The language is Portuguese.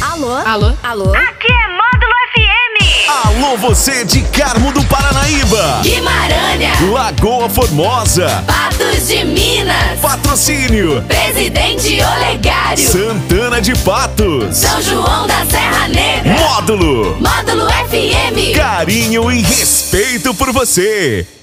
Alô? Alô? Alô? Aqui é Módulo FM. Alô, você de Carmo do Paranaíba, Guimarães, Lagoa Formosa, Patos de Minas, Patrocínio, Presidente Olegário, Santana de Patos, São João da Serra Negra, Módulo, Módulo FM. carinho e respeito por você.